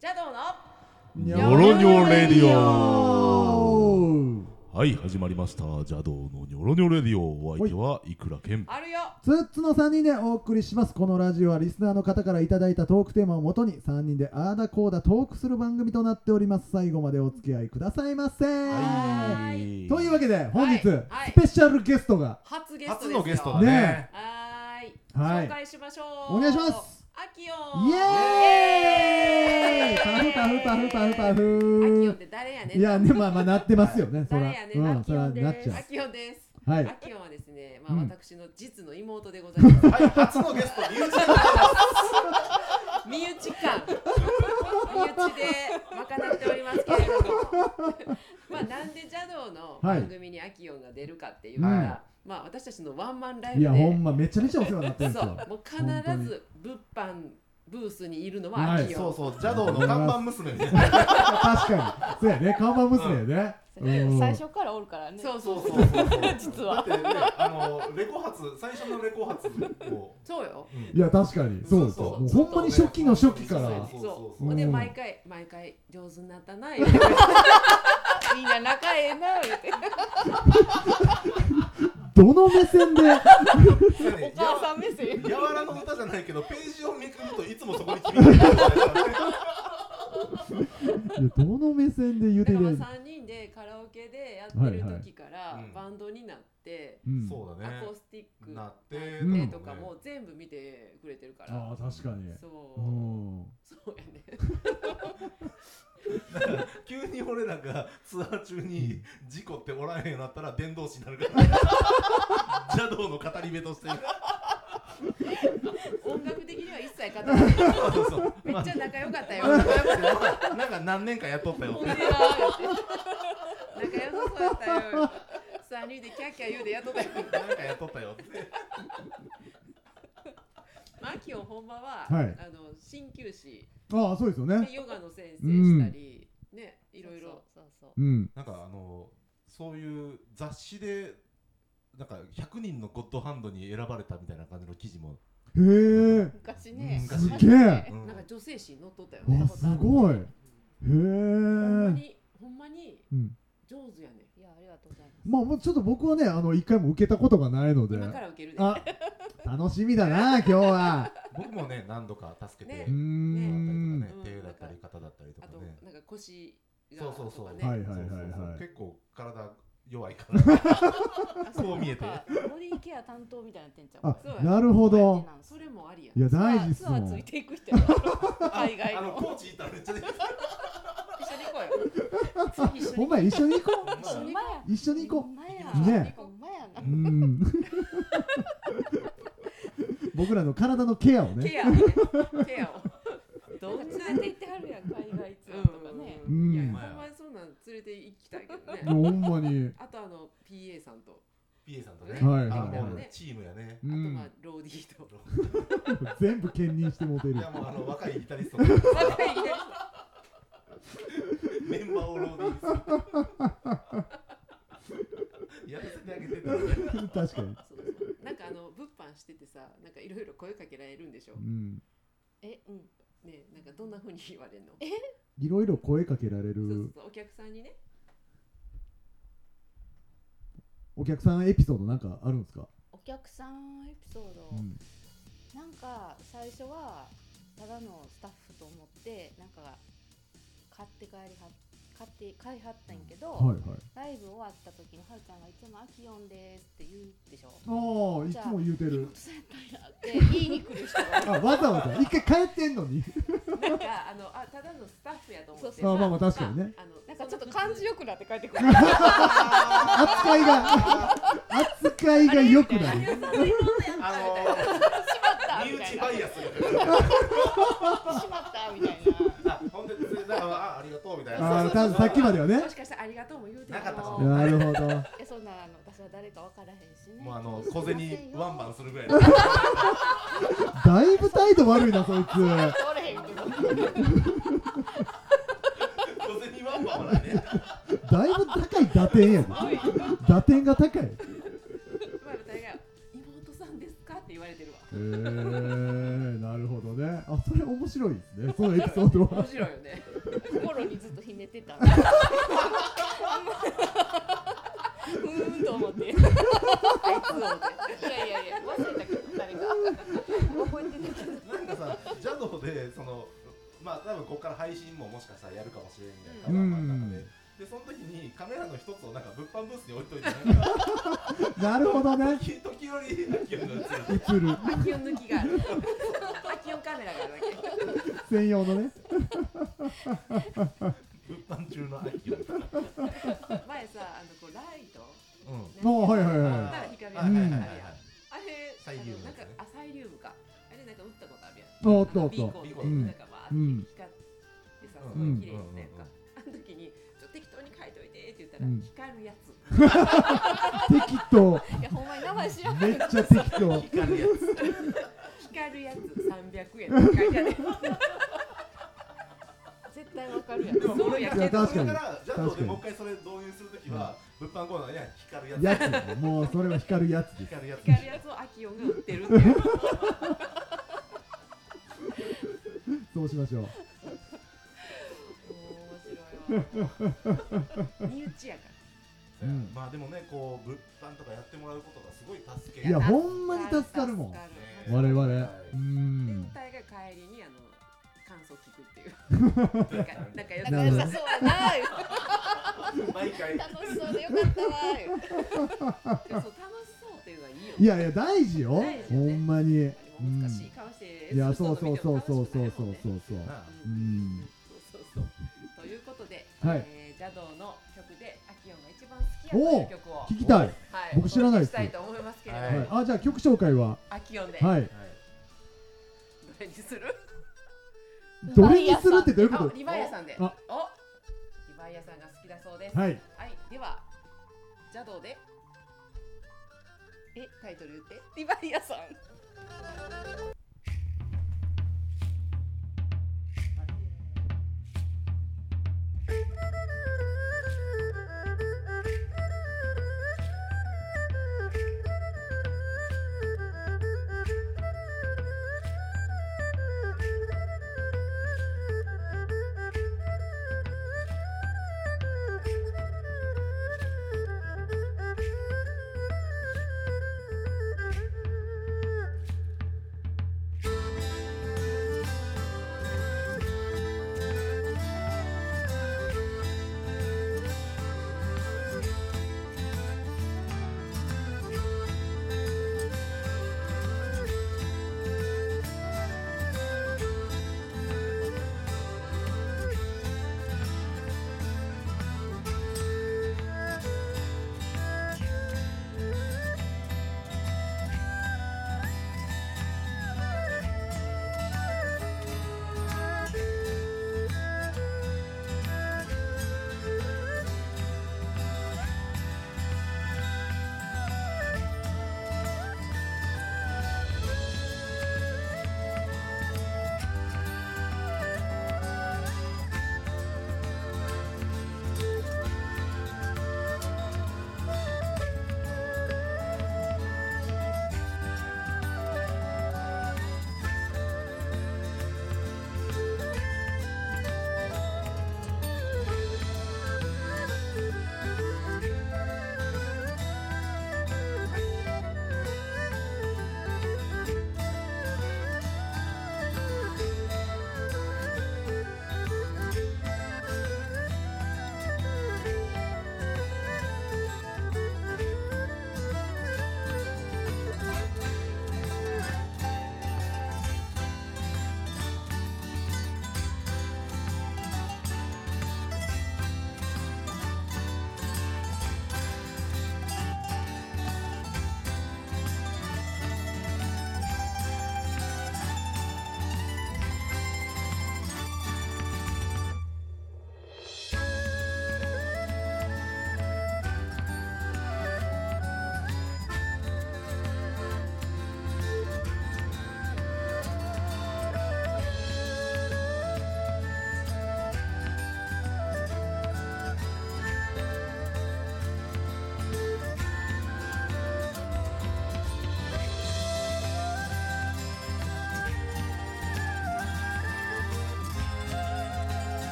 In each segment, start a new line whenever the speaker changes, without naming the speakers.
じゃどうの
ニ
ョロニョレディ
オ
はい始まりました邪道のニョロニョレディオお相手はいくらけん
あるよ
ツッツの3人でお送りしますこのラジオはリスナーの方からいただいたトークテーマをもとに3人であーだこうだトークする番組となっております最後までお付き合いくださいませ、
は
というわけで本日、
はいはい
スペシャルゲストが
初ゲストです
初
よ
のゲストだ
ね
ね
はーい紹
はい
介しましょう
お願いします
アキヨン
イエーイパフパフパフパフパ
アキヨンっ
フ
て誰やねん
いやねまあまあなってますよねそ
誰
ら
やね
うんんそらなっちゃ
アキヨンです
うは
ア
い
キヨンはですねまあ
うん
私の実の妹でございます
はい、初のゲスト、ミュージッ
身内感身内で賄っておりますけれどもまあなんで邪道の番組にアキヨンが出るかっていうの
はい
らまあ私たちのワンマンライ
い
ブ
やほ
で
んまめちゃめちゃお世話になってるんで
そ
す
う
よ
もう必
本当に
ず物販ブースにいるのはアキ
ク。
ヨン、
そうそう、邪道の看板娘ね。
確かにそうやね看板娘やね、うん
最初からおるからね
そう
そ
そうう
そ
そ
う
う
そうそう。
実は
だってね、あの、レコ発、最初のレコ発 を。
そうよ
いや確かにそう
そう
そうも
そうう
ほんまに初期の初期か
そう
ら
そ
そ
う
う
そう
ほんで
うん
毎回毎回上手になったな言うて
みんな仲ええな言うて
どの目線で
そうやね
お母さん目線
やわらの歌じゃないけど、ページをめくると、いつもそこに君がいるみたいなね。
いやどの目線で言う
だ
て
か
る
ら
やん
まあ3人でカラオケでやってる時から
はいはいうん
バンドになって、
うん
そうだ
ア
ね
コー。スティック
な
な
って
ってとかも全部見てくれてるから、
ああ確かに
そう、
うん
そうやね
急に俺らがツアー中に事故っておらへんようになったら伝道師にな るから。邪道の語り部として。
音楽的には一切語ってない
そうそうそう。
めっちゃ仲良かったよ
まあ仲良くてなんかなんか何年かやっとったよ
ほん。でなーって仲良さそうやったよ3人でキャッキャ言うでやっとったよ
なんかやっとったよって。
マキオ本場は、
はい
あの鍼灸師
ああそうですよね
でヨガの先生したり、ねい
い
ろいろ
そうそう
うん
なんかあのそういう雑誌でなんか100人のゴッドハンドに選ばれたみたいな感じの記事も。
へえ
昔ね
昔
すげえ
う
なん
ん
か女性誌に乗っとったよね
わすごいへ
ほんま
え
にほんまに
うん
上手やね
いやありがとうございます
まあもうちょっと僕はねあの一回も受けたことがないので
今から受けるで
あ楽しみだな今日は
僕もね何度か助けて
う
ね
ー
も
ん
らったりとかね、
ね
手だったり肩だったりと
あ
か
と
ね。
なんか腰が
そうそうそ
と
う。
か
ねはいはいはいはい
そうそうそう結構体弱いから。
あそう
こう見えて
なんかボディケア担当みたいになってんちゃう
あ
そうや
なるほど
それもありや
いや大事っす
ツア
も
ーつ
ん
いていく人や ろ海外
あの
の
コーチいたらめっちゃね。
一緒に行こうよ一緒
お
に
前一緒に行こ
ほんま
ほ
や
んまや
う一緒に行こね
ほんまやほんまや
う
な
うん僕らの体のケアをね
ケアをねケアをど
なんん
な
か連れて行ってはるやん海外ツアーとかね
う
うん
んいやほんまにそんなん連れて行きたいけど
も
ね
うほんまに
あとあの PA さんと
PA さんとね。
はい
あ
はい
もうチームやね。
う
あと
ん
まあローディーと
全部兼任してモテ
い
る
やもうあの若いギタリストの
若いね
メンバーをローディングする。やらせてあげてたらね。
確かに
そうそうなんかあの物販しててさなんかいろいろ声かけられるんでしょ
うん
えうん
ねなんかどんな風に言われるの
いろいろ声かけられ
そうそ
る
うそうお客さんにね
お客さんエピソードなんかあるんですか
お客さんエピソード、
うん
なんか最初はただのスタッフと思ってなんか買って帰りは買って買いはったんやけど、
はいはい
ライブ終わった時にはるちゃんがいつも「秋読んです」って言うでしょ
ああいつも言うてる
そうやったんやって言いに来る人が
あわざわざ一回帰ってんのに
なんかあのあただのスタッフやと思って
そうそう
あまあまあ確かにね
あの
なんかちょっと感じよくなって帰ってく る
扱い が扱いが良くな
あ
る
ゆうさんのいろんなやつ
あ
あるみたいな
しまった
身
みたい
内バイアスが。
なしまったみたいな
あ、ほんで、それなんかあ、ありがとうみたいな。
あーたさっきまではね
もしかしたらありがとうも言うて
なかったか
も
も
なるほど
えそんなあの私は誰か分からへんしね
もうあの小銭ワンバ
ン
ンするぐ らいの。い
だいぶ態度悪いなそいつ
おれへんけど
小銭ワンバンはね。
だいぶ高い打点やで打点が高いへ
まあ大概妹さんですかって言われてるわ
えー、なるほどねあそれ面白いですねそのエエピソードは
面白いよね。
心にずっと秘めて たあんまうーんと思っ
あ
てい
いつをね
やいやいや忘れたけど誰か覚えてたけど
なんかさ、ジャドで、その、まあ、多分ここから配信ももしかしたらやるかもしれんみたいな、
うん
で、で、その時にカメラの一つをなんか物販ブースに置いといて、なんか
なるほどね
時時折、アキオが映る。
映る
アキオン抜きがある。アキオンカメラがあるだけ。
専用のね
物販中のアキオみたいな。
前さ、あのこうライト。
うん。
おはいはいはい
打ったら光るや
は
つ
いはい
あ
はいはい
るやん。あれ、
サイリウム
あのなん
のやつ
か
ね
あサイリウムか。あれなんか打ったことあるやん。
おっとおっ
ビー
と
コン
ビー
で
コ
ン
なんかまあ光ってさ、すごい綺麗になったやんか。あの時にちょっと適当に書いといてって言ったら
うん
光るやつ。
適当
いやほんまに名前知らん
めっちゃ適当
光るやつ。
光るやつ三百円って書いてある。
絶対わかるやん
でも
そう
俺
や
や
け
け
ど
ど
確かに
からジャドでもう一回それ導入するときは、物販コーナーには光るや
やつもうそれは光るやつ
つ光るやつ
光るやつをアキオンが売ってるっていう。
そうしましょう
お面白いわ。身内やか
うん
まあでもねこう物販とかやってもらうことがすごい助け
いや
ね
ほんまに助かるもん
助かる
我々う
で
ん
も大概帰りにあの感想聞くっていう。なんかなんかよく
だか
な
ら
るほ
良
ど
さそうやなー言う
毎回
楽しそうでよかったわー 言う
でもそう楽しそうっていうのはいいよ。
いやいや大事よ
大事
ほ
よね
んまにう
でも
ん
難しい顔して。
いやそうそうそうそうそうそう
う。
そうそう
な
う
うんんそうそうそう。ということで、
はい
えージャドーの曲でアキオンが一番好きやという曲を。
聞きたい
はい、
僕知らないです
お届けしたいと思いますけれども、
は
はいあじゃあ曲紹介は
アキオンで、
はい
どれにする
どれにするってどういうこ
あ
と
リヴァイアさんで。お
あ
リヴァイアさんが好きだそうです。は
はい
い、では、邪道で。え、タイトル言って。リヴァイアさん。
「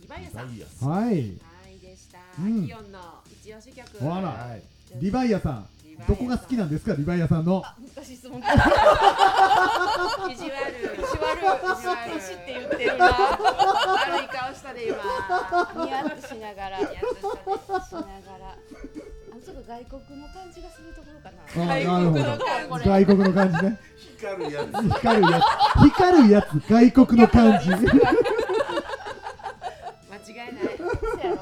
リバイアさん。
ダイヤさん
はい
はい、でした。
うん
アキヨンの一押し曲。
あら
はい
リバイアさん
リバイアさん
どこが好きなんですかリバイアさんの
あ難しい質問だ意
意地悪い。意
地悪い
地悪い
年って言ってるな
悪い顔した で今。
ニヤッとしながらしな
やつしたね
がらあのちょっと外国の感じがするところかな
外
あーなるほ
国の感
ど
じ。
外国の感じね
光るやつ
光るやつ光るやつ外国の感 じ
間違いない。
そう
間
やろ
違いないよ。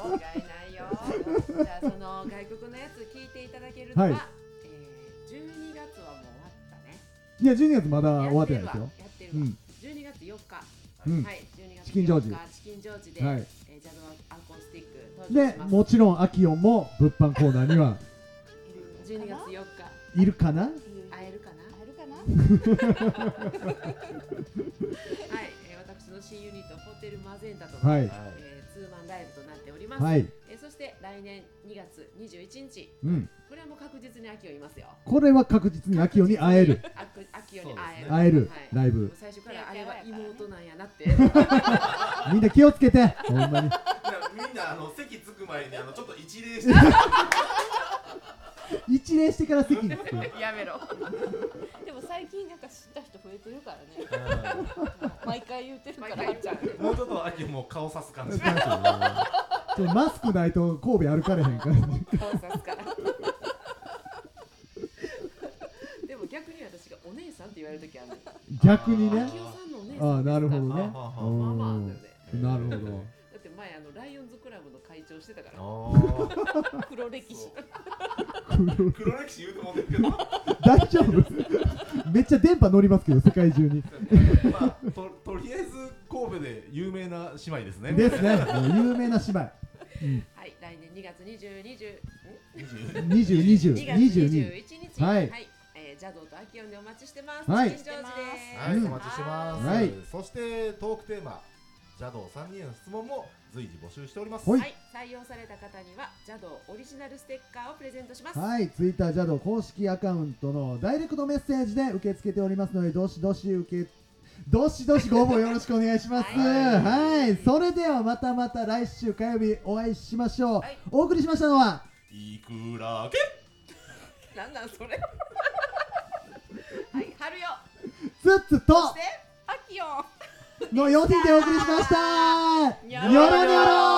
じゃあその外国のやつ聞いていただけるのは、
はい
えー、12月はもう終わったね。
いや12月まだ
や
終わ
っ
って
て
な
る
いで
わ。
す
や
よ
って
う
るわ。
ん
12月4日。
うん
はい、12月
チキンジョージ
4日チキンジョージで、
はい
えー、ジャドアコースティック登場
で
します。
もちろんアキオンも物販コーナーにはい
る
12
か
月
な
4日
いるかない
る
会えるかな。
会えるかな
はい、えー、私の新ユニットホテルマゼンタとの、
はい
えー、ツーマンライブとなっております。
はい
えー、そして来年2月21日、
うん
これはもう確実に秋をいますよ。
これは確実にアキオンに会える
あく秋より会える。
会える
はい
ライ
もう
ブ
最初からあれは妹なんやなって。
みんな気をつけてほんまに
みんなあの席着く前にあのちょっと一礼してあ
一礼してから席に着く
やめろ。
でも最近なんか知った人増えてるからね
ー
毎回言ってるか
毎
ら
回言っちゃうね。
もうちょっと秋も顔さす感じ
ちょっとマスクないと神戸歩かれへんからね
顔さすから。でも逆に私がお姉さんって言われる時あるの。
逆にね
秋代さんのお姉さん。
ああなるほどね
あはは
まあまあ
うん
だよね。
なるほど
だって前あのライオンズクラブの会長してたから。
あ
黒歴史
ー黒歴史言うてもんですけど、ま
大丈夫めっちゃ電波乗りますけど世界中に
あ、ととりあえず神戸で有名な姉妹ですね。
ですねもう有名な姉妹
はい、来年2月20、20、ん
2020
22
2月
22
21日、
はい
えー、ジャドーとアキオンでお待ちしてます。
はい
チキンジョージです。
はい、お待ちしてます。
はい
そしてトークテーマ、邪道三人への質問も随時募集しております。
ほい
はい、採用された方にはジャドーオリジナルステッカーをプレゼントします。
はい、ツイッタージャド公式アカウントのダイレクトメッセージで受け付けておりますので、どしどし受け、どしどしご応募よろしくお願いします。
はい
はい、それではまたまた来週火曜日お会いしましょう。
はい
お送りしましたのは、
いくらけ
なんなんそれ。 はい、春よ。
ツッツと
そして、アキオン。
の4人でお送りしました。ニョロニョロ